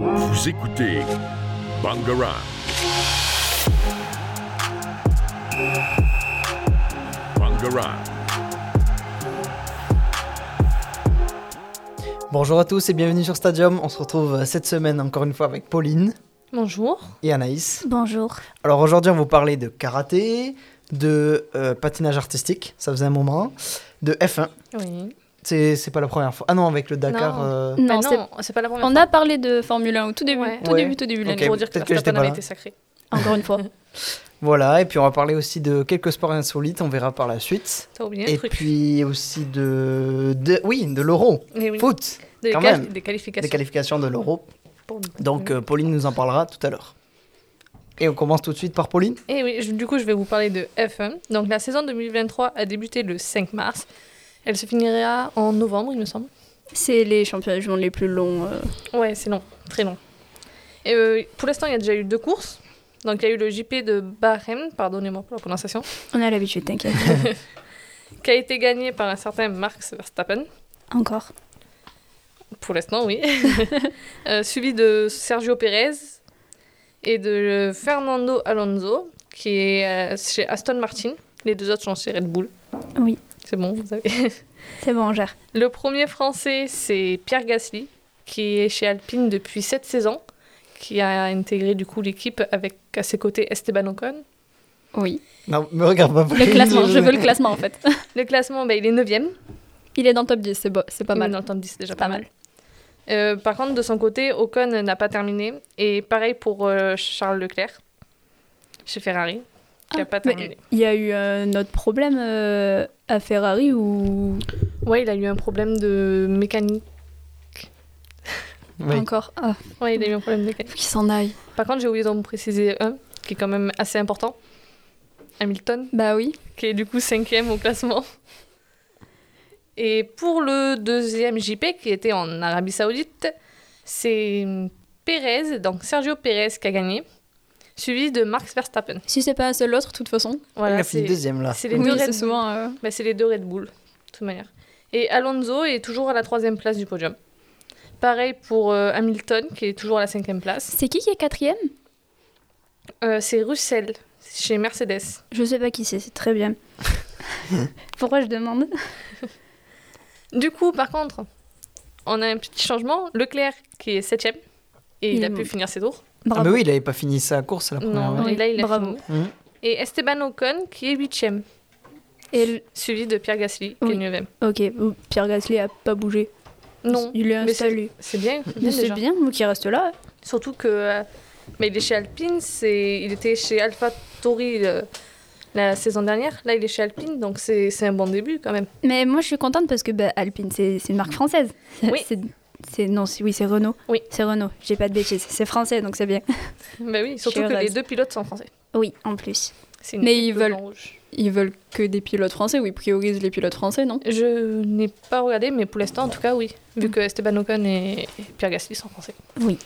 Vous écoutez Bangarang. Bangarang. Bonjour à tous et bienvenue sur Stadium. On se retrouve euh, cette semaine encore une fois avec Pauline Bonjour. et Anaïs. Bonjour. Alors aujourd'hui, on vous parlait de karaté, de euh, patinage artistique, ça faisait un moment, de F1. Oui. C'est c'est pas la première fois. Ah non, avec le Dakar. Non. euh, Non, Bah c'est- non, c'est pas la première on fois. a parlé de Formule 1 au tout début, Ouais. tout Ouais. début, tout début de Ok. l'année. Pour dire que peut-être que j'étais Verstappen pas avait là. été sacré. Encore une fois. Voilà, et puis on va parler aussi de quelques sports insolites, on verra par la suite. T'as oublié un Et truc. puis aussi de. de- oui, de l'euro. Mais oui, Foot, des, quand quali- même. des qualifications. des qualifications de l'euro. pour nous. Donc euh, Pauline nous en parlera tout à l'heure. Et on commence tout de suite par Pauline. Et oui, je- du coup, je vais vous parler de F1. Donc, la saison 2023 a débuté le 5 mars. Elle se finira en novembre, il me semble. C'est les championnats du monde les plus longs. euh. Ouais, c'est long, très long. Et euh, pour l'instant, il y a déjà eu deux courses. Donc, il y a eu le JP de Bahreïn, pardonnez-moi pour la prononciation, On a l'habitude, t'inquiète. qui a été gagné par un certain Max Verstappen. Encore. Pour l'instant, oui. Euh, suivi de Sergio Pérez et de Fernando Alonso, qui est euh, chez Aston Martin. Les deux autres sont chez Red Bull. Oui. C'est bon, vous savez. C'est bon, on gère. Le premier français, c'est Pierre Gasly, qui est chez Alpine depuis sept saisons, qui a intégré du coup l'équipe avec à ses côtés Esteban Ocon. Oui. Non, me regarde pas. Le Pauline, classement, je veux le classement en fait. Le classement, ben, il est 9e. Il est dans le top 10, c'est beau- c'est pas Il est mal. Dans le top 10, c'est déjà Pas mal. Euh, par contre, de son côté, Ocon n'a pas terminé. Et pareil pour euh, Charles Leclerc, chez Ferrari, qui n'a Ah, pas mais terminé. Il y a eu un autre problème euh, à Ferrari où. Ouais, il a eu un problème de mécanique. Oui. Encore. Ah, Ouais, il a eu un problème de mécanique. faut qu'il s'en aille. Par contre, j'ai oublié d'en préciser un, qui est quand même assez important. Hamilton, Bah oui. qui est du coup cinquième au classement. Et pour le deuxième JP, qui était en Arabie Saoudite, c'est Pérez, donc Sergio Pérez qui a gagné, suivi de Max Verstappen. Si c'est pas un seul autre, de toute façon. Il Voilà, a fini c'est deuxième là. Ah, c'est les, Oui, deux Red c'est Bull. souvent. euh, Bah, c'est les deux Red Bull, de toute manière. Et Alonso est toujours à la troisième place du podium. Pareil pour euh, Hamilton, qui est toujours à la cinquième place. C'est qui qui est quatrième Euh, c'est Russell, chez Mercedes. Je sais pas qui c'est, c'est très bien. Pourquoi je demande Du coup, par contre, on a un petit changement. Leclerc, qui est septième, et il, Il a est pu bon. finir ses tours. Ah, Bravo. mais oui, il avait pas fini sa course la première. Non, ouais. et là, il a Bravo. fini. Mhm. Et Esteban Ocon, qui est huitième, Et le- suivi de Pierre Gasly, qui Oui. est neuvième. Ok, Pierre Gasly a pas bougé. Non, Il est mais c'est- installé. c'est bien, c'est bien C'est déjà. bien, vous qui reste là. Surtout que. euh, mais il est chez Alpine, c'est, il était chez Alpha Tori euh, la saison dernière. Là, il est chez Alpine, donc c'est, c'est un bon début quand même. Mais moi, je suis contente parce que bah, Alpine, c'est c'est une marque française. Oui. C'est- c'est- non, c'est- oui, c'est Renault. Oui. C'est Renault. J'ai pas de bêtises. C'est français, donc c'est bien. Mais Bah oui, surtout Mmh. Chez que les Eurazeo. deux pilotes sont français. Oui, en plus. C'est une Mais équipe ils de veulent- blanc rouge. Ils veulent que des pilotes français ou ils priorisent les pilotes français, non Je n'ai pas regardé, mais pour l'instant, en tout cas, oui. Mmh. Vu que Esteban Ocon et et Pierre Gasly sont français. Oui.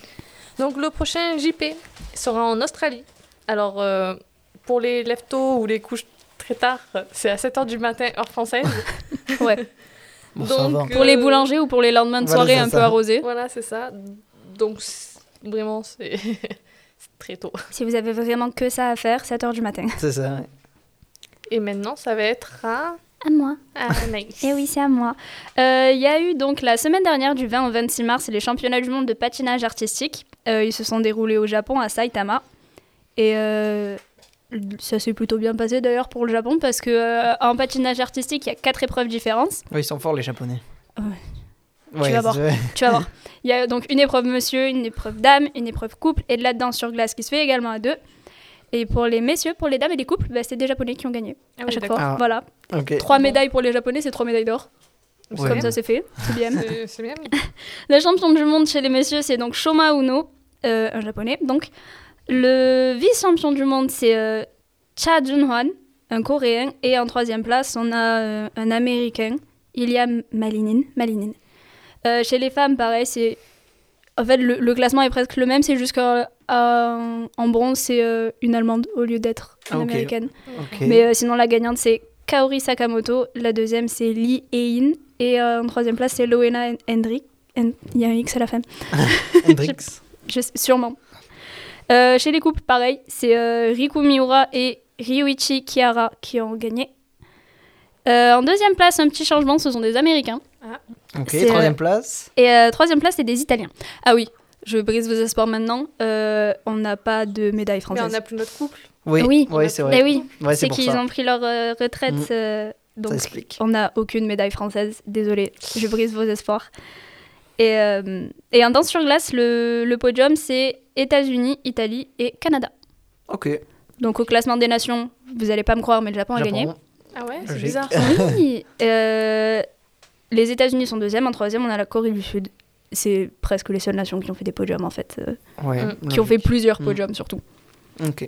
Donc le prochain JP sera en Australie. Alors, euh, pour les leftos ou les couches très tard, c'est à 7h du matin, heure française. Ouais. Bon, ça Donc, va. hein. Pour les euh, boulangers ou pour les lendemains de Voilà, soirée c'est un peu ça. arrosés Voilà, c'est ça. Donc, c'est- vraiment, c'est c'est très tôt. Si vous avez vraiment que ça à faire, 7h du matin. C'est ça. ouais. Et maintenant, ça va être à, À moi. à Anaïs. Eh oui, c'est à moi. Euh, Il y a eu donc la semaine dernière du 20 au 26 mars les championnats du monde de patinage artistique. Euh, ils se sont déroulés au Japon à Saitama. Et euh, ça s'est plutôt bien passé d'ailleurs pour le Japon parce que euh, en patinage artistique, il y a quatre épreuves différentes. Ouais, ils sont forts les Japonais. Ouais. Ouais, vas voir. c'est vrai. Tu vas voir. Il y a donc une épreuve monsieur, une épreuve dame, une épreuve couple et de la danse sur glace qui se fait également à deux. Et pour les messieurs, pour les dames et les couples, bah, c'est des Japonais qui ont gagné Ah à oui, chaque fois. d'accord. Ah. Voilà. Ok. Trois Bon. médailles pour les Japonais, c'est trois médailles d'or. C'est Ouais. bien. Comme ça, c'est fait. C'est bien. C'est- C'est bien. Ah, La championne du monde chez les messieurs, c'est donc Shoma Uno, euh, un japonais. Donc, le vice-champion du monde, c'est euh, Cha Junhwan, un coréen. Et en troisième place, on a euh, un américain, Ilya Malinin. Malinin. Euh, chez les femmes, pareil, c'est. En fait, le, le classement est presque le même, c'est juste qu'en en- en bronze, c'est euh, une allemande au lieu d'être une Ah, ok. américaine. Ok. Mais euh, sinon, la gagnante, c'est Kaori Sakamoto. La deuxième, c'est Lee Hein. Et euh, en troisième place, c'est Loena Hen- Hendrik- Hen- Il y a un X à la fin. Hendrix. euh, Je sais- sûrement. Euh, chez les couples, pareil, c'est euh, Riku Miura et Ryuichi Kiara qui ont gagné. Euh, en deuxième place, un petit changement, ce sont des Américains. Ok, C'est, troisième euh, place. Et euh, troisième place, c'est des Italiens. Ah oui, je brise vos espoirs maintenant. euh, on n'a pas de médaille Mais on française. n'a plus notre couple. Oui, oui. ouais, c'est Eh vrai. oui, Ouais, c'est c'est pour qu'ils ça. ont pris leur euh, retraite. Mm. euh, donc, Ça explique. on n'a aucune médaille française. Désolée, je brise vos espoirs. Et, euh, et en danse sur glace, le, le podium, c'est États-Unis, Italie et Canada. Ok. Donc au classement des nations, vous allez pas me croire, mais le Japon, a gagné. Japon. Ah ouais, c'est Logique. bizarre. Oui. Euh, les États-Unis sont deuxième, en troisième, on a la Corée du Sud. C'est presque les seules nations qui ont fait des podiums en fait, euh, Ouais. Mm. qui ont fait plusieurs Mm. podiums surtout. Ok.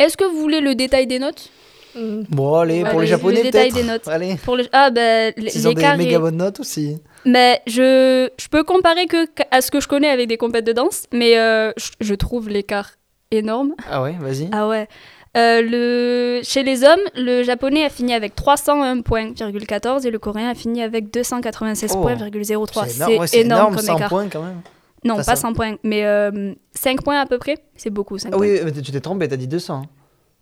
Est-ce que vous voulez le détail des notes Hmm. Bon, allez, Ouais, pour les le- le Japonais, détail peut-être. des notes. Allez. Pour les... Ah ben les, Ils ont les des carrés. méga bonnes notes aussi. Mais je, je peux comparer que à ce que je connais avec des compètes de danse, mais euh, je, je trouve l'écart énorme. Ah ouais, vas-y. Ah ouais. Euh, le... Chez les hommes, le japonais a fini avec 301 points, 14, et le coréen a fini avec 296 Oh. points, 0,03. C'est C'est énorme, énorme, ouais, c'est énorme, comme 100 écart. Ah points quand même. Non, Enfin, pas ça- 100 points, mais 5 points à peu près. C'est beaucoup, 5 Ah points. oui, mais tu t'es trompé, t'as dit 200.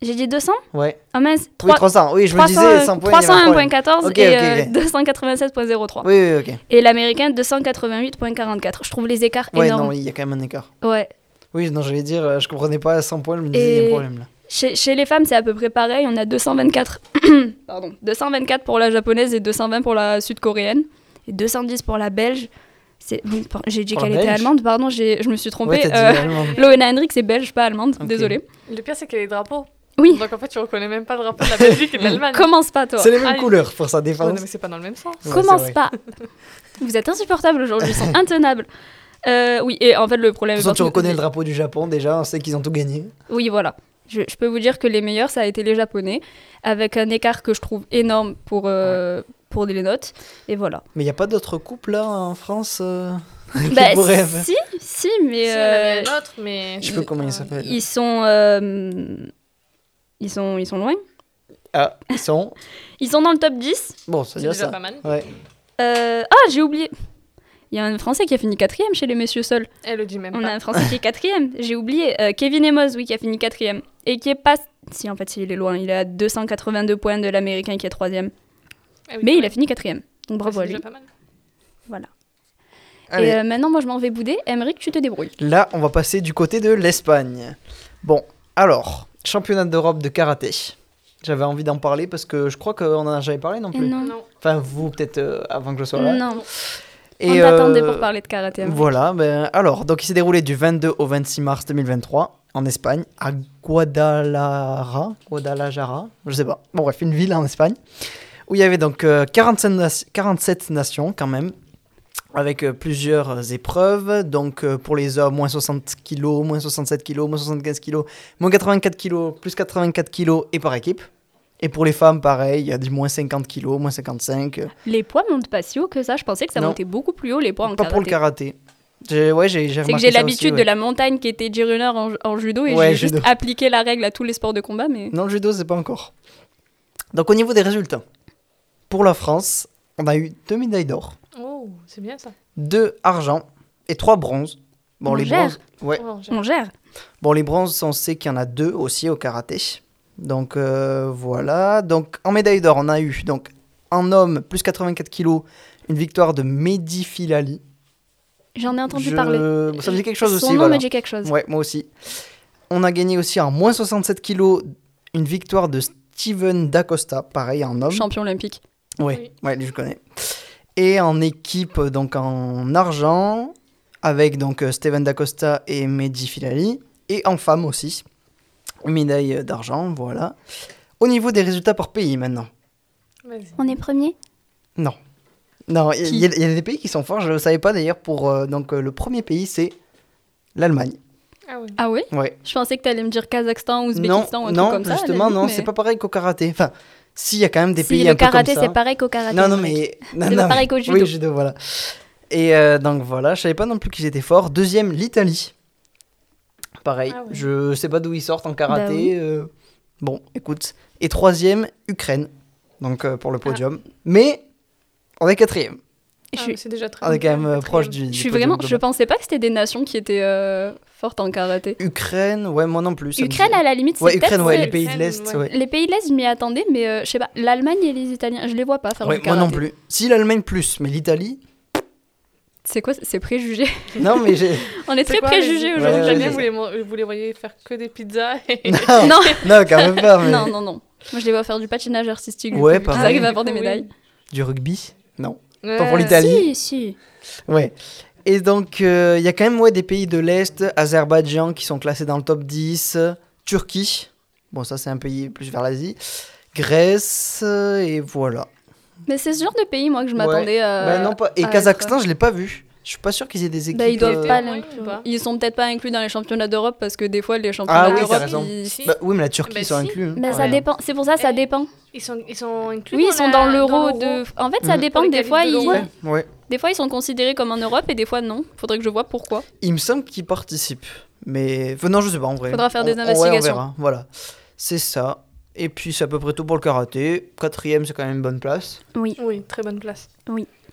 J'ai dit 200 Ouais. Ah mince, Oui, 3... 300. Oui, je me disais 100 points. il y avait un 301.14 problème. quatorze Ok, euh, et ok, euh, ok. 296.03. Oui, oui, ok. Et l'américain, 288.44. Je trouve les écarts Ouais, non, énormes. il y a quand même un écart. Ouais. Oui, non, j'allais dire, euh, je comprenais pas 100 points, je me disais, il y a un Et- problème là. Chez, chez les femmes, c'est à peu près pareil. On a 224, pardon, 224 pour la japonaise et 220 pour la sud-coréenne. Et 210 pour la belge. C'est- bon, par- J'ai dit Pour la qu'elle était belge allemande, pardon, j'ai- je me suis Ouais, trompée. t'as dit Euh, allemand. Loena Hendrik, c'est belge, pas allemande, Ok. désolée. Le pire, c'est qu'il y a les drapeaux. Oui, Mm. Donc en fait, tu reconnais même pas le drapeau de la Belgique et de l'Allemagne. commence pas, toi. C'est les mêmes Ah, couleurs pour sa Ouais, non, défense. mais c'est pas dans le même sens. Ouais, Commence c'est vrai. pas. Vous êtes insupportables aujourd'hui, ils sont intenables. Euh, oui, et en fait, le De problème. toute façon, tu reconnais le drapeau du Japon déjà, on sait qu'ils ont tout gagné. Oui, voilà. Je, je peux vous dire que les meilleurs, ça a été les Japonais, avec un écart que je trouve énorme pour, euh, pour les notes. Et voilà. Mais il n'y a pas d'autres couples là en France euh, qui Bah, pourraient- si, si, mais Si, on euh, avait un autre, mais. Je sais pas comment il s'appelle. ils sont, euh, ils sont, ils sont loin. Ah, ils sont. Ils sont dans le top 10. Bon, c'est C'est déjà déjà ça. pas mal. Ouais. Euh, ah, j'ai oublié. Il y a un Français qui a fini quatrième chez les messieurs seuls. Elle le dit même On a pas. un Français qui est quatrième. J'ai oublié Euh, Kevin Emos, oui, qui a fini quatrième et qui est pas. Si en fait, il est loin. Il est à 282 points de l'Américain qui est troisième. Ah oui, Mais quand il a même. fini quatrième. Donc bravo C'est à lui. déjà pas mal. Allez. Et euh, maintenant, moi, je m'en vais bouder. Emmerich, tu te débrouilles. Là, on va passer du côté de l'Espagne. Bon, alors, championnat d'Europe de karaté. J'avais envie d'en parler parce que je crois qu'on en a jamais parlé non Et plus. non, non, Non. Enfin, vous, peut-être euh, avant que je sois là. non. Et, on t'attendait euh, pour parler de karaté. Emmerich. Voilà, ben, alors, donc il s'est déroulé du 22 au 26 mars 2023 en Espagne, à Guadalajara, Guadalajara, je sais pas, bon bref, une ville en Espagne, où il y avait donc euh, 45 nas- 47 nations quand même, avec euh, plusieurs épreuves, donc euh, pour les hommes, moins 60 kilos, moins 67 kilos, moins 75 kilos, moins 84 kilos, plus 84 kilos, et par équipe. Et pour les femmes, pareil, il y a du moins 50 kilos, moins 55, euh, Les poids montent pas si haut que ça. Je pensais que ça Non. montait beaucoup plus haut les poids en pas karaté. pour le karaté. J'ai- Ouais, j'ai C'est que j'ai l'habitude de la montagne qui était Runner en, en judo et Ouais, j'ai juste judo. appliqué la règle à tous les sports de combat. Mais Non, le judo, c'est pas encore. Donc, au niveau des résultats, pour la France, on a eu deux médailles d'or, Oh, c'est bien ça. deux argent et trois bronzes. Bon, On les gère. bronzes, ouais. Oh, j'ai- on gère. Bon, les bronzes, on sait qu'il y en a deux aussi au karaté. Donc, euh, voilà. Donc, en médaille d'or, on a eu donc en homme, plus 84 kilos, une victoire de Mehdi Filali. J'en ai entendu Je- parler. Ça me dit quelque chose Son aussi, nom voilà. me dit quelque chose. Ouais, moi aussi. On a gagné aussi en moins 67 kilos, une victoire de Steven Dacosta, pareil en homme. Champion olympique. Ouais, ouais, je connais. Et en équipe, donc en argent, avec donc euh, Steven Dacosta et Mehdi Filali. Et en femme aussi. Médaille euh, d'argent, voilà. Au niveau des résultats par pays maintenant. Vas-y. On est premier. Non. Non, il Qui y, a- il y a des pays qui sont forts, je ne savais pas d'ailleurs. Pour euh, Donc euh, le premier pays, c'est l'Allemagne. Ah oui. Ah oui Ouais. Je pensais que t'allais me dire Kazakhstan, Non, Ouzbékistan ou un non, truc comme ça. à la justement, limite, non, mais- c'est pas pareil qu'au karaté. Enfin, s'il y a quand même des Si, pays le un peu comme karaté, ça. c'est pareil qu'au karaté. Non, non, Emmerich. mais. non, C'est non, pas pareil qu'au Oui, judo. au judo, voilà. Et euh, donc voilà, je savais pas non plus qu'ils étaient forts. Deuxième, l'Italie. Pareil, Ah ouais. je sais pas d'où ils sortent en karaté. Bah oui. euh, Bon, écoute. Et Ah. troisième, Ukraine. Donc euh, pour le podium. Mais on est quatrième. Je suis- Ah, C'est déjà très On est quand bien. même euh, proche du. Je du suis podium vraiment. global. Je pensais pas que c'était des nations qui étaient euh, fortes en karaté. Ukraine, ouais, moi non plus. ça me Ukraine, dit- à la limite, c'est Ouais, Ukraine, peut-être, ouais, euh, les pays de Ukraine, l'Est, ouais. ouais. les pays de l'Est, je m'y attendais, mais euh, je sais pas. L'Allemagne et les Italiens, je les vois pas faire Ouais, du moi non karaté. plus. Si l'Allemagne plus, mais l'Italie. C'est quoi C'est préjugé. Non, mais j'ai. On est C'est très quoi, préjugés les- aujourd'hui. Ouais, Jamais ouais, vous les, mo- vous les voyez faire que des pizzas. et- Non, Non, non, quand même pas. Ah, mais- non, non, non. Moi, je les vois faire du patinage artistique. du Ouais, coup, pareil. Ils arrivent à avoir des Oui. médailles. Du rugby Non. Ouais. pour l'Italie. Si, si. Ouais. Et donc, euh, il y a quand même ouais, des pays de l'Est, Azerbaïdjan, qui sont classés dans le top 10, Turquie, bon, ça c'est un pays plus vers l'Asie, Grèce, euh, et voilà. Mais c'est ce genre de pays, moi, que je Ouais. m'attendais à. Bah, non, pas... Et à Kazakhstan, être- je l'ai pas vu. Je suis pas sûr qu'ils aient des équipes. Euh, Bah, ils doivent euh, pas Oui, l'inclure. ou pas Ils sont peut-être pas inclus dans les championnats d'Europe parce que des fois les championnats Ah oui, t'as d'Europe. raison. ils- Si. bah, oui, mais la Turquie, Bah, ils sont si. inclus. hein. Mais ça Ouais. dépend. C'est pour ça, ça Eh, dépend. Ils sont, ils sont inclus Oui, dans ils sont la- dans l'euro. l'euro. De... En fait, ça Mhm. dépend. Pour les Des fois, qualifs de ils... l'Euro. Ouais. des fois, ils sont considérés comme en Europe et des fois, non. Faudrait que je vois pourquoi. Il me semble qu'ils participent. Mais. Enfin, non, je sais pas en vrai. Faudra faire des On- on- ouais, on investigations. verra. hein, Voilà. C'est ça. Et puis, c'est à peu près tout pour le karaté. Quatrième, c'est quand même une bonne place. Oui. Oui, très bonne classe.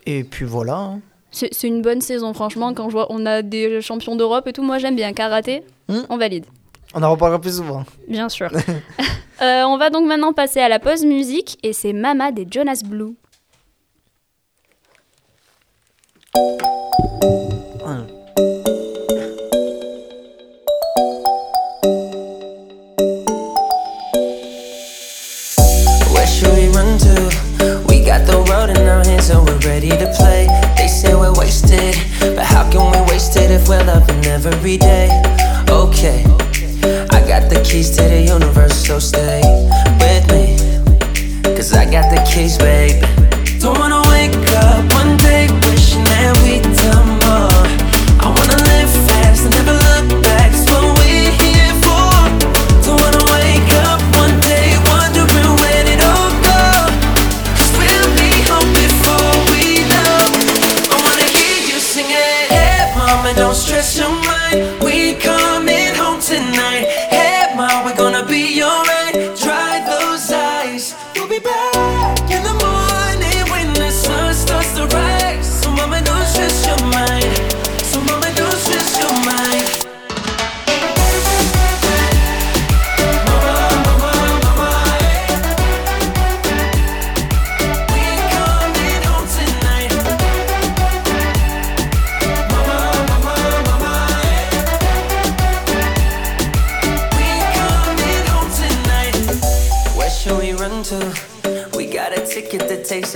Et puis voilà. hein. C'est c'est une bonne saison, franchement. Quand je vois, on a des champions d'Europe et tout. Moi, j'aime bien karaté. Mhm. On valide. On en reparlera plus souvent. Bien sûr. Euh, on va donc maintenant passer à la pause musique et c'est Mama des Jonas Blue. Hein. Where should we run to? We got the world in our hands and we're ready to play. They say we're wasted, but how can we waste it if we're loving every day? Okay, I got the keys to the universe, so stay with me. Cause I got the keys, babe. Don't wanna wake up one day wishing that we'd done more. I wanna live fast, never look back. It's what we're here for. Don't wanna wake up one day wondering where did all go. Cause we'll be home before we know. I wanna hear you sing it. Hey, mama, don't stress your mind. We coming home tonight. Hey, mom, we're gonna be alright. Dry those eyes. We'll be back in the morning when the sun starts to rise. So, mama, don't stress your mind. So, mama, don't stress your mind. We coming home tonight. We coming home tonight. Where should we run to? We got a ticket that takes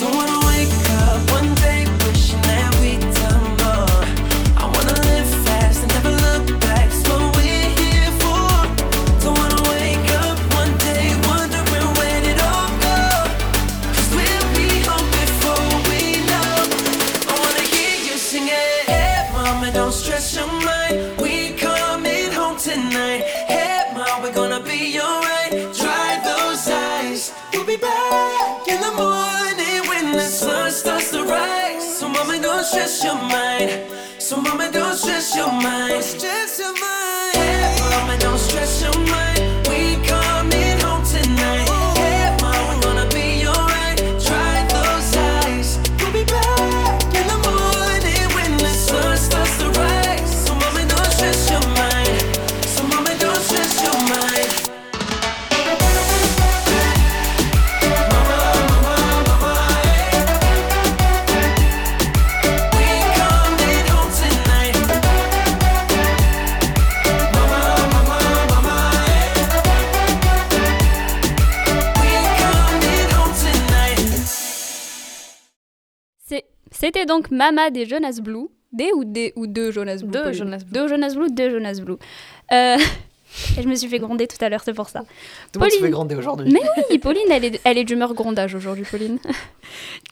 Don't wanna wake up one day wishing that we'd done more. I wanna live fast and never look back. It's what we're here for. Don't wanna wake up one day wondering where did all go. 'Cause we'll be home before we know. I wanna hear you sing it. Hey, mama, don't stress your mind. We coming home tonight. Hey, mom, we're gonna be alright. Dry those eyes. We'll be back in the morning when the sun starts to rise. So mama, don't stress your mind. So mama, don't stress your mind. Stress your mind. Hey, mama, don't stress your mind. We coming home tonight. Hey, mom, we're gonna be alright. Dry those eyes. We'll be back in the morning when the sun starts to rise. So mama, don't stress your mind. So mama, don't stress your mind. We coming home tonight. We coming home tonight. C'est- C'était donc Mama des Jonas Blue. Des ou des ou deux Jonas Blue Deux pas une. Jonas Blue. Deux Jonas Blue, deux Jonas Blue. Euh, et je me suis fait gronder tout à l'heure, c'est pour ça. Tout le monde se fait Pauline. gronder aujourd'hui. Mais oui, Pauline, elle est, elle est d'humeur grondage aujourd'hui, Pauline.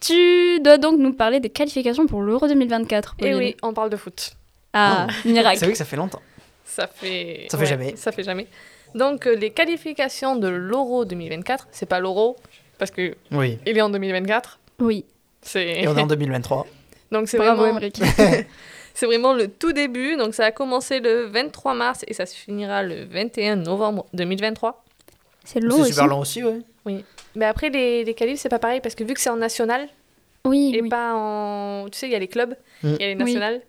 tu dois donc nous parler des qualifications pour l'Euro 2024, Et Pauline. Eh oui, on parle de foot. Ah, miracle. C'est vrai que ça fait longtemps. Ça fait. Ça fait jamais. Ça fait jamais. Donc, euh, les qualifications de l'Euro 2024, c'est pas l'Euro, parce qu'il Oui. est en 2024. Oui. C'est... Et on est en 2023. Donc c'est Bravo, vraiment, Emric. c'est vraiment le tout début. Donc ça a commencé le 23 mars et ça se finira le 21 novembre 2023. C'est long C'est aussi. super long aussi, ouais. Mais après, les, les qualifs, c'est pas pareil parce que vu que c'est en national Oui, et oui. pas en. Tu sais, il y a les clubs, il Mm. y a les Oui. nationales.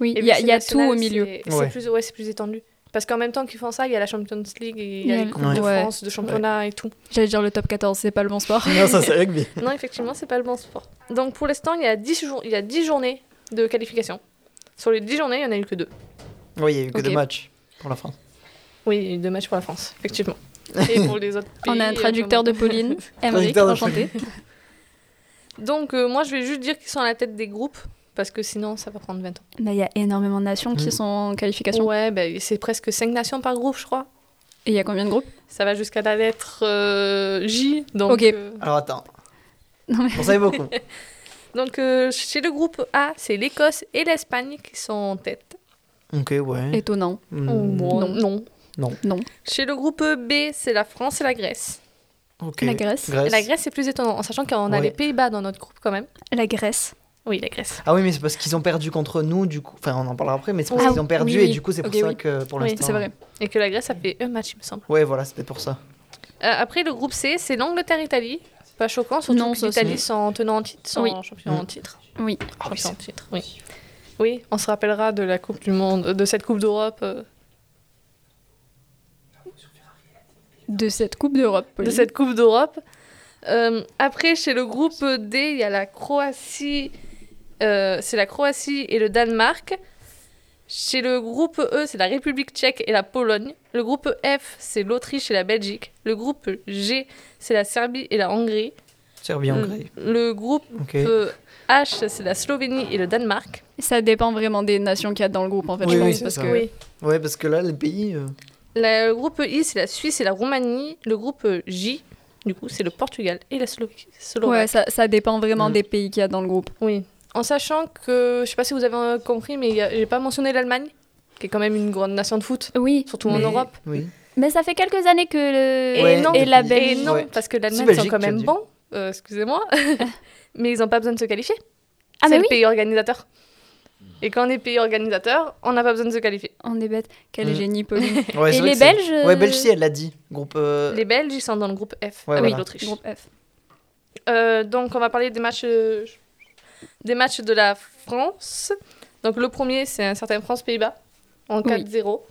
oui. Et Il y a, vu que il y a c'est tout au national, milieu. c'est- C'est Ouais. plus, ouais, c'est plus étendu. Parce qu'en même temps qu'ils font ça, il y a la Champions League, et il y a Ouais. les Coupes de Mm. Ouais. France, de championnat et tout. J'allais dire le top 14, c'est pas le bon sport. Non, ça c'est rugby. Non, effectivement, c'est pas le bon sport. Donc pour l'instant, il y a 10, jours, il y a 10 journées de qualification. Sur les 10 journées, il y en a eu que deux. Oui, il y a eu que Ok. deux matchs pour la France. Oui, il y a eu deux matchs pour la France, effectivement. Et pour les autres pays. On a un euh, traducteur de comment- Pauline, Emric, Traducteur de enchanté. Donc euh, moi, je vais juste dire qu'ils sont à la tête des groupes, parce que sinon, ça va prendre 20 ans. Bah, Mais il y a énormément de nations Mm. qui sont en qualification. Ouais, ben, c'est presque 5 nations par groupe, je crois. Et il y a combien de groupes Ça va jusqu'à la lettre euh, J. Donc, Ok. euh, Alors attends, Non, mais on savait beaucoup. donc euh, chez le groupe A, c'est l'Écosse et l'Espagne qui sont en tête. ok, ouais. Étonnant. Hmm, Bon, Non. non. Non. Non. Chez le groupe B, c'est la France et la Grèce. ok. la Grèce. Grèce. La Grèce, c'est plus étonnant, en sachant qu'on a Ouais. les Pays-Bas dans notre groupe quand même. La Grèce. Oui, la Grèce. Ah oui, mais c'est parce qu'ils ont perdu contre nous, du coup. Enfin, on en parlera après, mais c'est parce Ah, qu'ils ont perdu oui, et oui. du coup, c'est pour Ok, ça oui. que pour Oui, l'instant. C'est vrai. Et que la Grèce a fait un match, il me semble. Ouais, voilà, c'était pour ça. Euh, après, le groupe C, c'est l'Angleterre-Italie. Pas choquant, surtout Non, que ça, l'Italie c'est- sont tenants en titre, sont Oui. champions Mm. en titre. Oui. Ah oui, Champions en titre, oui. Oui, on se rappellera de la Coupe du Monde, de cette Coupe d'Europe, euh, De cette Coupe d'Europe, de Pauline. cette Coupe d'Europe. Euh, après, chez le groupe D, il y a la Croatie, euh, c'est la Croatie et le Danemark. Chez le groupe E, c'est la République tchèque et la Pologne. Le groupe F, c'est l'Autriche et la Belgique. Le groupe G, c'est la Serbie et la Hongrie. Mm. Serbie-Hongrie. Le groupe Ok. euh, H, c'est la Slovénie et le Danemark. Ça dépend vraiment des nations qu'il y a dans le groupe, en fait, Oui, je oui, pense. c'est parce ça. que Oui. Ouais, parce que là, les pays. euh, Le groupe I, c'est la Suisse et la Roumanie. Le groupe J, du coup, c'est le Portugal et la Slo- Slovaquie. Ouais, ça, ça dépend vraiment Mm. des pays qu'il y a dans le groupe. Oui. En sachant que, je sais pas si vous avez euh, compris, mais il y a- j'ai pas mentionné l'Allemagne, qui est quand même une grande nation de foot, Oui. surtout mais- en Europe. Oui. Mais ça fait quelques années que le... Et Ouais, non, et la depuis- Et Belgique. non, Ouais. parce que l'Allemagne, C'est ils sont Belgique, quand t'as même dit. bons, euh, excusez-moi, mais ils ont pas besoin de se qualifier. Ah, c'est mais le oui, pays organisateur. Et quand on est pays organisateur, on n'a pas besoin de se qualifier. on est bête. Quel Mm. génie, Pauline. Ouais, c'est vrai et les que c'est- Belges Ouais, euh, Belges, si, elle l'a dit. Groupe. euh, Les Belges, ils sont dans le groupe F, Ouais, avec voilà. l'Autriche. Groupe F. Euh, donc, on va parler des matchs, euh, des matchs de la France. Donc, le premier, c'est un certain France-Pays-Bas, en Oui. 4-0.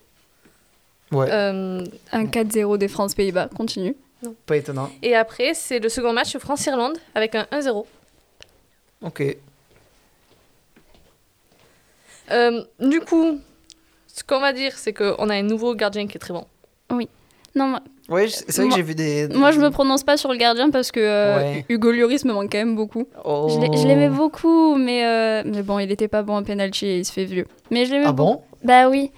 Ouais, Euh, Un 4-0 des France-Pays-Bas. Continue. pas étonnant. et après, c'est le second match France-Irlande, avec un 1-0. Ok. Euh, du coup, ce qu'on va dire, c'est qu'on a un nouveau gardien qui est très bon. Non, moi, Ouais, je- c'est vrai que Moi- j'ai vu des. moi, je me prononce pas sur le gardien parce que euh, Ouais. Hugo Lloris me manque quand même beaucoup. Oh. je l'ai- je l'aimais beaucoup, mais, euh, mais bon, il était pas bon en penalty et il se fait vieux. Mais je l'aimais Ah beaucoup. bon Bah oui.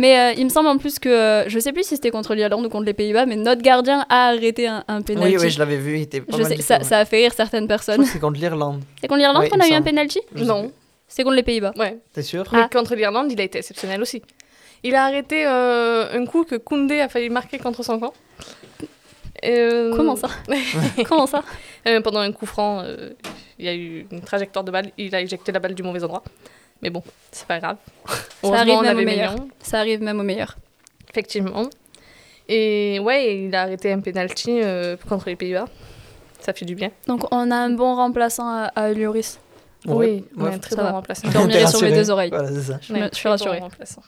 Mais euh, il me semble en plus que, euh, je sais plus si c'était contre l'Irlande ou contre les Pays-Bas, mais notre gardien a arrêté un, un penalty. Oui, oui, je l'avais vu, il était pas Je mal. sais, du ça, tout, ouais. ça a fait rire certaines Je crois personnes. que c'est contre l'Irlande. C'est contre l'Irlande Ouais, qu'on il a me eu un semble. penalty Je sais non, C'est contre les Pays-Bas. ouais. T'es sûr Mais Ah. contre l'Irlande, il a été exceptionnel aussi. Il a arrêté euh, un coup que Koundé a failli marquer contre son camp. Euh, Comment ça Comment ça Euh, pendant un coup franc, euh, il y a eu une trajectoire de balle. Il a éjecté la balle du mauvais endroit. Mais bon, c'est pas grave. Heureusement, arrive on même au avait meilleur. Maignan, Ça arrive même au meilleur. effectivement. Et ouais, il a arrêté un penalty euh, contre les Pays-Bas. Ça fait du bien. Donc on a un bon remplaçant à, à Lloris. Ouais, on a ouais. un très bon ça va. remplaçant. Je dormirai sur mes Rassuré. deux oreilles. Voilà, c'est ça. Je, On a me- un je suis très bon rassurée. remplaçant.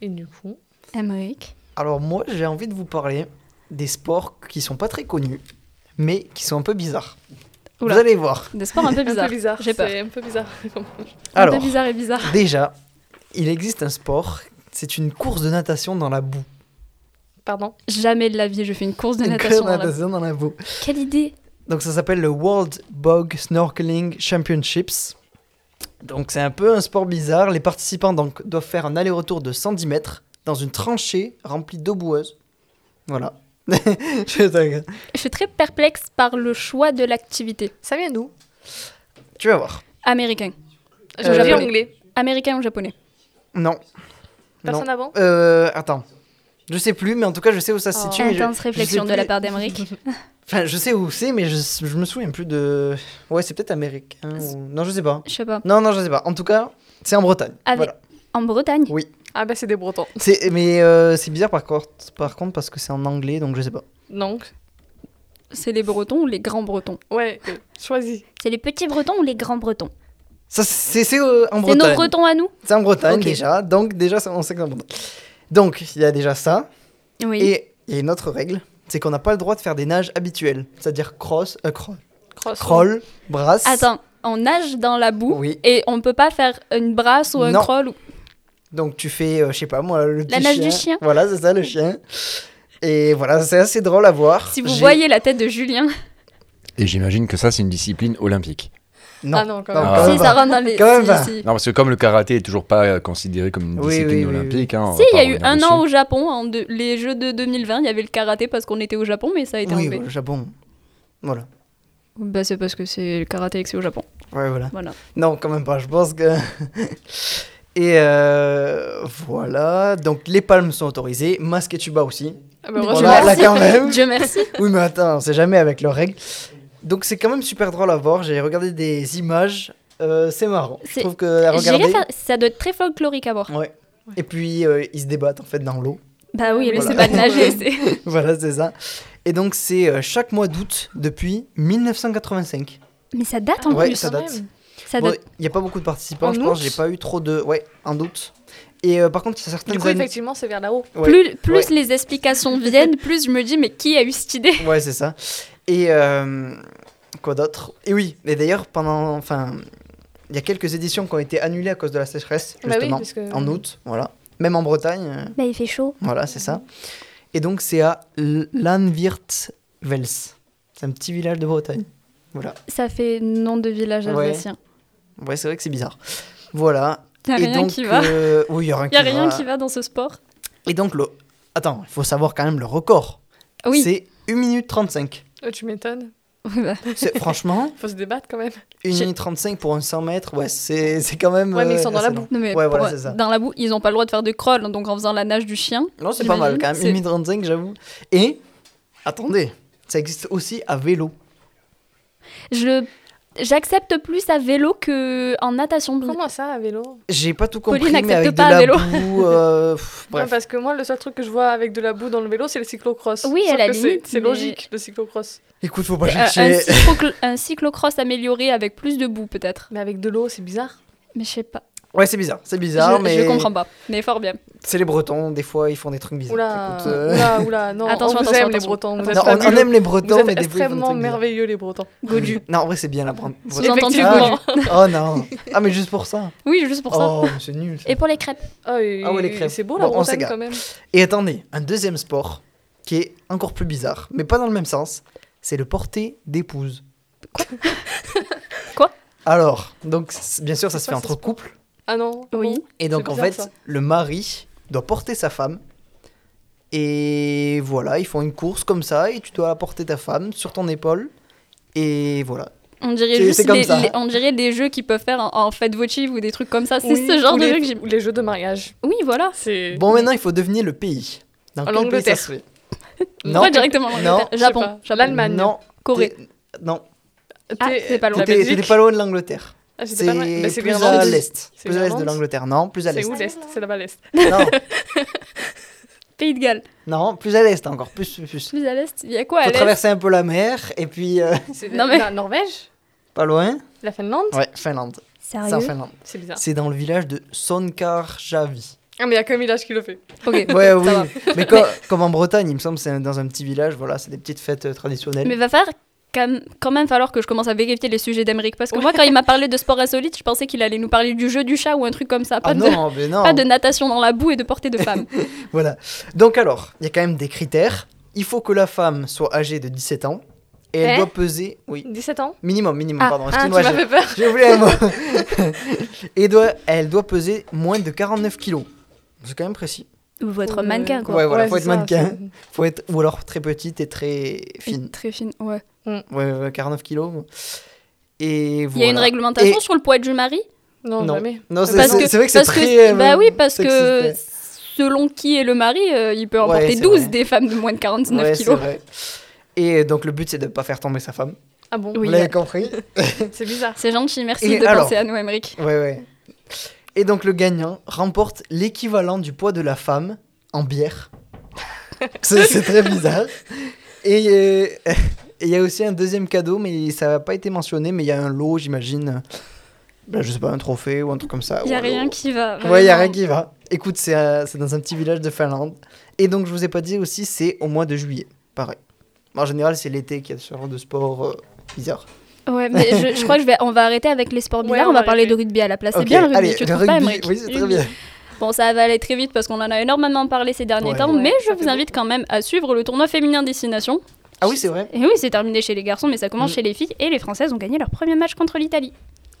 Et du coup, Amérique. Alors moi, j'ai envie de vous parler des sports qui sont pas très connus, mais qui sont un peu bizarres. Oula. Vous allez voir. Des sports un peu un bizarres. peu bizarre. J'ai peur. C'est un peu bizarre. Un Alors, peu bizarre et bizarre. déjà, il existe un sport, c'est une course de natation dans la boue. Pardon. Jamais de la vie, je fais une course de une natation. course de dans la- natation dans la boue. Quelle idée Donc ça s'appelle le World Bog Snorkeling Championships. Donc c'est un peu un sport bizarre. Les participants donc, doivent faire un aller-retour de 110 mètres dans une tranchée remplie d'eau boueuse. Voilà. Je t'inquiète. Je suis très perplexe par le choix de l'activité. Ça vient d'où tu vas voir. Américain. Je Euh, l'ai anglais. Américain ou japonais Non. Personne avant Euh, attends. Je sais plus, mais en tout cas, je sais où ça se situe. mais je- Oh, Intense je sais réflexion de plus. la part d'Amérique. Enfin, je sais où c'est, mais je, je me souviens plus de. Ouais, c'est peut-être américain. ou- Non, je sais pas. Je sais pas. Non, non, je sais pas. En tout cas, c'est en Bretagne. Avec- Voilà. En Bretagne Oui. Ah bah c'est des Bretons. C'est, mais euh, c'est bizarre par contre, par contre parce que c'est en anglais, donc je sais pas. Donc, C'est les Bretons ou les Grands Bretons ouais, euh, choisis. C'est les petits Bretons ou les grands Bretons Ça, c'est, c'est, euh, en C'est Bretagne. nos Bretons à nous C'est en Bretagne Ok. déjà, donc déjà ça, on sait que c'est en Bretagne. Donc il y a déjà ça, Oui. et il y a une autre règle, c'est qu'on n'a pas le droit de faire des nages habituels, c'est-à-dire cross, euh, cro- Cross. crawl, brasse. Attends, on nage dans la boue Oui. et on peut pas faire une brasse ou un Non. crawl ou... Donc tu fais, euh, je sais pas moi, le La petit nage du chien. Voilà, c'est ça le chien. Et voilà, c'est assez drôle à voir. Si vous J'ai- voyez la tête de Julien, Et j'imagine que ça, c'est une discipline olympique. Non, Ah non, quand même. quand Ah. si même ça pas. rentre dans les... Quand même si, pas. si. Non, parce que comme le karaté est toujours pas euh, considéré comme une Oui, discipline oui, oui, oui. olympique. hein, on Si, va il y pas a eu revenir un dessus. an au Japon, en deux- les Jeux de 2020, il y avait le karaté parce qu'on était au Japon, mais ça a été Oui, enlevé. au Japon. Voilà. Bah, c'est parce que c'est le karaté et que c'est au Japon. Ouais, voilà. Voilà. Non, quand même pas, je pense que. Et euh, voilà, donc les palmes sont autorisées, masque et tuba aussi. Ah bah, Voilà, heureusement. là quand même. Dieu merci. Oui, mais attends, on sait jamais avec leurs règles. Donc c'est quand même super drôle à voir, j'ai regardé des images, euh, c'est marrant. Je C'est- trouve que à regarder. J'irai faire- Ça doit être très folklorique à voir. Ouais. Et puis euh, ils se débattent en fait dans l'eau. Bah Oui, oui, mais voilà. c'est pas de nager. c'est- voilà, c'est ça. Et donc c'est euh, chaque mois d'août depuis 1985. Mais ça date en Ouais, plus. ça quand date. même. Ça Bon, date. Il n'y a pas beaucoup de participants, En je pense. août J'ai pas eu trop de. Ouais, en août. Et euh, par contre, il y a certaines Du coup, années- effectivement, c'est vers là-haut. ouais. Plus, plus Ouais. les explications viennent, plus je me dis, mais qui a eu cette idée Ouais, c'est ça. Et euh, quoi d'autre Et oui, mais d'ailleurs, pendant. Enfin, il y a quelques éditions qui ont été annulées à cause de la sécheresse, Bah oui, justement, parce que- en août, voilà. Même en Bretagne, euh, Bah il fait chaud. voilà, c'est ça. Et donc, c'est à L- Lanwirtvels. C'est un petit village de Bretagne. Voilà. Ça fait nom de village Ouais. alsacien. Ouais, c'est vrai que c'est bizarre. Voilà. Y'a Et rien donc, qui va. euh, Oui, il y a rien, Y a qui, rien va. qui va dans ce sport. Et donc, le... attends, il faut savoir quand même le record. Oui. C'est 1 minute 35. Euh, tu m'étonnes. C'est- Franchement, Faut se débattre quand même. 1 J'ai- minute 35 pour un 100 mètres, ouais, c'est c'est quand même. Ouais, mais ils euh, sont dans la assez boue. Non, mais Ouais, pour- voilà, c'est ça. dans la boue, ils n'ont pas le droit de faire de crawl, donc en faisant la nage du chien. long. Non, c'est pas mal J'imagine, quand même, 1 c'est- minute 35, j'avoue. Et, attendez, ça existe aussi à vélo. Je j'accepte plus à vélo que en natation. Comment ça, à vélo J'ai pas tout compris, Pauline mais n'accepte avec pas de la à vélo. boue. euh, pff, Ouais, bref. parce que moi, le seul truc que je vois avec de la boue dans le vélo, c'est le cyclocross. Oui, à Sauf la que c'est- limite, C'est mais- logique, le cyclocross. Écoute, faut pas Euh, un, chercher. cyclo- un cyclocross amélioré avec plus de boue peut-être. Mais avec de l'eau, c'est bizarre. Mais je sais pas. Ouais, c'est bizarre, c'est Je, bizarre, mais. je comprends pas, mais fort bien. C'est les Bretons, des fois ils font des trucs bizarres. Oula, Écoute, euh, oula, oula, non. Attention, on vous attention, aime, les attention. Bretons. Vous Non, êtes non, on, on fabuleux. aime les Vous Bretons, mais des êtes fois, ils font des extrêmement trucs bizarres. merveilleux, les Bretons. Non, en vrai, c'est bien la Bretagne. Sous-entendu Effectivement. Oh non Ah, mais juste pour ça Oui, juste pour ça. Oh, mais c'est nul. ça. Et pour les crêpes. Ah, et- Ah ouais, les crêpes. C'est beau, la Bon, on Bretagne, s'égare. quand même. Et attendez, un deuxième sport qui est encore plus bizarre, mais pas dans le même sens, c'est le porté d'épouse. Quoi Alors, donc c- bien sûr, ça se C'est fait quoi ce entre couples, Ah non Oui. bon. et donc C'est en bizarre, fait, ça. le mari doit porter sa femme. Et voilà, ils font une course comme ça, et tu dois porter ta femme sur ton épaule. Et voilà. On dirait C'est- c'est juste comme les- ça. les- on dirait des jeux qu'ils peuvent faire en, en fête votive ou des trucs comme ça. C'est Oui, ce genre ou de les- jeu que j'aime. ou les jeux de mariage. Oui, voilà. C'est. Bon, maintenant, il faut devenir le pays. Dans En quel pays Angleterre. ça se fait Pas directement. en Non. Angleterre. Je sais Japon. pas. Japon. L'Allemagne. Non. Corée. t'es- Non, Ah, T'es- c'est pas loin. La t'étais Belgique. t'étais pas loin de l'angleterre. Ah, j'étais C'est pas loin. Bah, c'est plus l'Irlande. à l'est. C'est Plus à l'est de l'Irlande. l'angleterre. Non, plus à l'est. C'est où l'Est C'est là-bas l'Est. Non, Pays de Galles. non, plus à l'est encore, plus, plus, plus. Plus à l'est. Il y a quoi à Faut l'est traverser un peu la mer et puis euh, C'est Non, non, mais- la Norvège pas loin. La Finlande Ouais, Finlande. C'est en Finlande. C'est bizarre. C'est dans le village de Sonkarjavi. Ah, mais il y a qu'un village qui le fait. Ok. Ouais, oui. va. Mais co- comme en Bretagne, il me semble, c'est dans un petit village. Voilà, c'est des petites fêtes euh, traditionnelles. Mais va faire quand quand même falloir que je commence à vérifier les sujets d'Amérique. Parce que moi, quand il m'a parlé de sport insolite, je pensais qu'il allait nous parler du jeu du chat ou un truc comme ça. Pas, Ah de, non, mais non. pas de natation dans la boue et de portée de femme. Voilà. Donc alors, il y a quand même des critères. Il faut que la femme soit âgée de 17 ans et elle Hein doit peser, oui, 17 ans minimum, minimum, Eh Ah, pardon. Ah, tu Excuse-moi, m'as j'ai- fait peur. j'ai oublié un mot. et doit, elle doit peser moins de 49 kilos. C'est quand même précis. Ou Euh, être mannequin, quoi. Ouais, voilà, faut c'est être ça, mannequin. c'est- Faut être ou alors très petite et très fine. Très fine, ouais. Ouais, ouais, 49 kilos. Et Mm. Il voilà. y a une réglementation Et- sur le poids du mari Non, Non. jamais. Non, c'est Parce c'est- que- c'est vrai que c'est parce que- très. euh, bah oui, parce sexiste, que ouais. selon qui est le mari, euh, il peut Ouais, emporter c'est 12 vrai. des femmes de moins de 49 Ouais, c'est kilos. vrai. Et donc le but c'est de ne pas faire tomber sa femme. Ah bon Oui. Vous l'avez compris C'est bizarre. C'est gentil, merci Et de alors penser à nous, Emmerich. Ouais, ouais. Et donc le gagnant remporte l'équivalent du poids de la femme en bière. C'est c'est très bizarre. Et euh, et il y a aussi un deuxième cadeau, mais ça n'a pas été mentionné, mais il y a un lot, j'imagine. Ben, je sais pas, un trophée ou un truc comme ça. Il n'y a ou un lot. rien qui va. Oh, Ouais, il a vraiment. rien qui va. Écoute, c'est euh, c'est dans un petit village de Finlande. Et donc, je vous ai pas dit aussi, c'est au mois de juillet. Pareil. En général, c'est l'été qu'il y a ce genre de sport euh, bizarre. Ouais, mais je, je crois que je vais, on va arrêter avec les sports Ouais, bizarres, on on, va va parler arrêter. de rugby à la place. Ok, c'est bien le rugby, allez, tu le trouves pas, rugby, Emmerich oui, c'est très bien. Bon, ça va aller très vite parce qu'on en a énormément parlé ces derniers Ouais. temps, Ouais, mais ça je fait vous invite quand même à suivre le tournoi féminin Destination. Ah oui, c'est vrai. Et oui, c'est terminé chez les garçons, mais ça commence Mm. chez les filles. Et les Françaises ont gagné leur premier match contre l'Italie.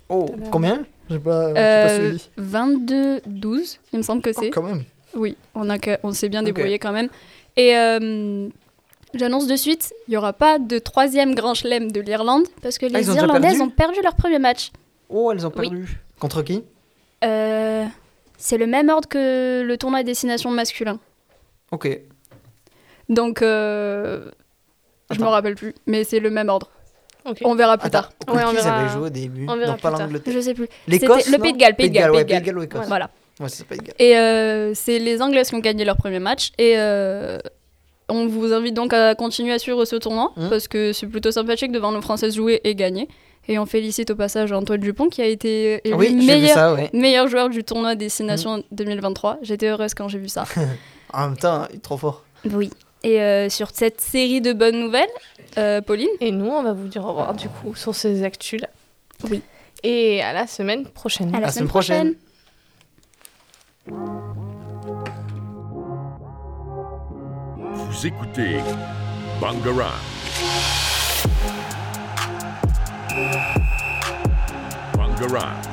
Oh, T'as l'air- combien J'ai pas, j'ai pas Euh, suivi. 22-12, il me semble que Oh, c'est. quand même. Oui, on, a que- on s'est bien Ok. débrouillé quand même. Et euh, j'annonce de suite, il n'y aura pas de troisième grand chelem de l'Irlande. Parce que Ah, les ils ont déjà Irlandaises perdu ont perdu leur premier match. Oh, elles ont Oui. perdu. Contre qui Euh, c'est le même ordre que le tournoi à destination masculin. Ok. Donc, euh, je me Attends. rappelle plus, mais c'est le même ordre. Ok. On verra plus Attends, tard. contre Ouais, on qui ils verra- avaient joué au début on verra Non, pas plus tard. l'Angleterre. Je sais plus. L'Écosse C'était le non Pays de Galles, Pays de Galles, ouais, Pays de Galles. ou Écosse. Voilà. Ouais, c'est Pays de Galles. Et euh, c'est les Anglaises qui ont gagné leur premier match. Et euh, on vous invite donc à continuer à suivre ce tournoi Mhm. parce que c'est plutôt sympathique de voir nos Françaises jouer et gagner. Et on félicite au passage Antoine Dupont qui a été élu Ah Oui, j'ai vu meilleur, ça, Hein ouais. meilleur joueur du tournoi Destination 2023. J'étais heureuse quand j'ai vu ça. En même temps, il est trop fort. Oui. et euh, sur cette série de bonnes nouvelles, euh, Pauline, Et nous, on va vous dire au revoir du coup sur ces actus-là. Oui. Et à la semaine prochaine. À la À semaine prochaine. Vous écoutez Bangarang. Bangarang.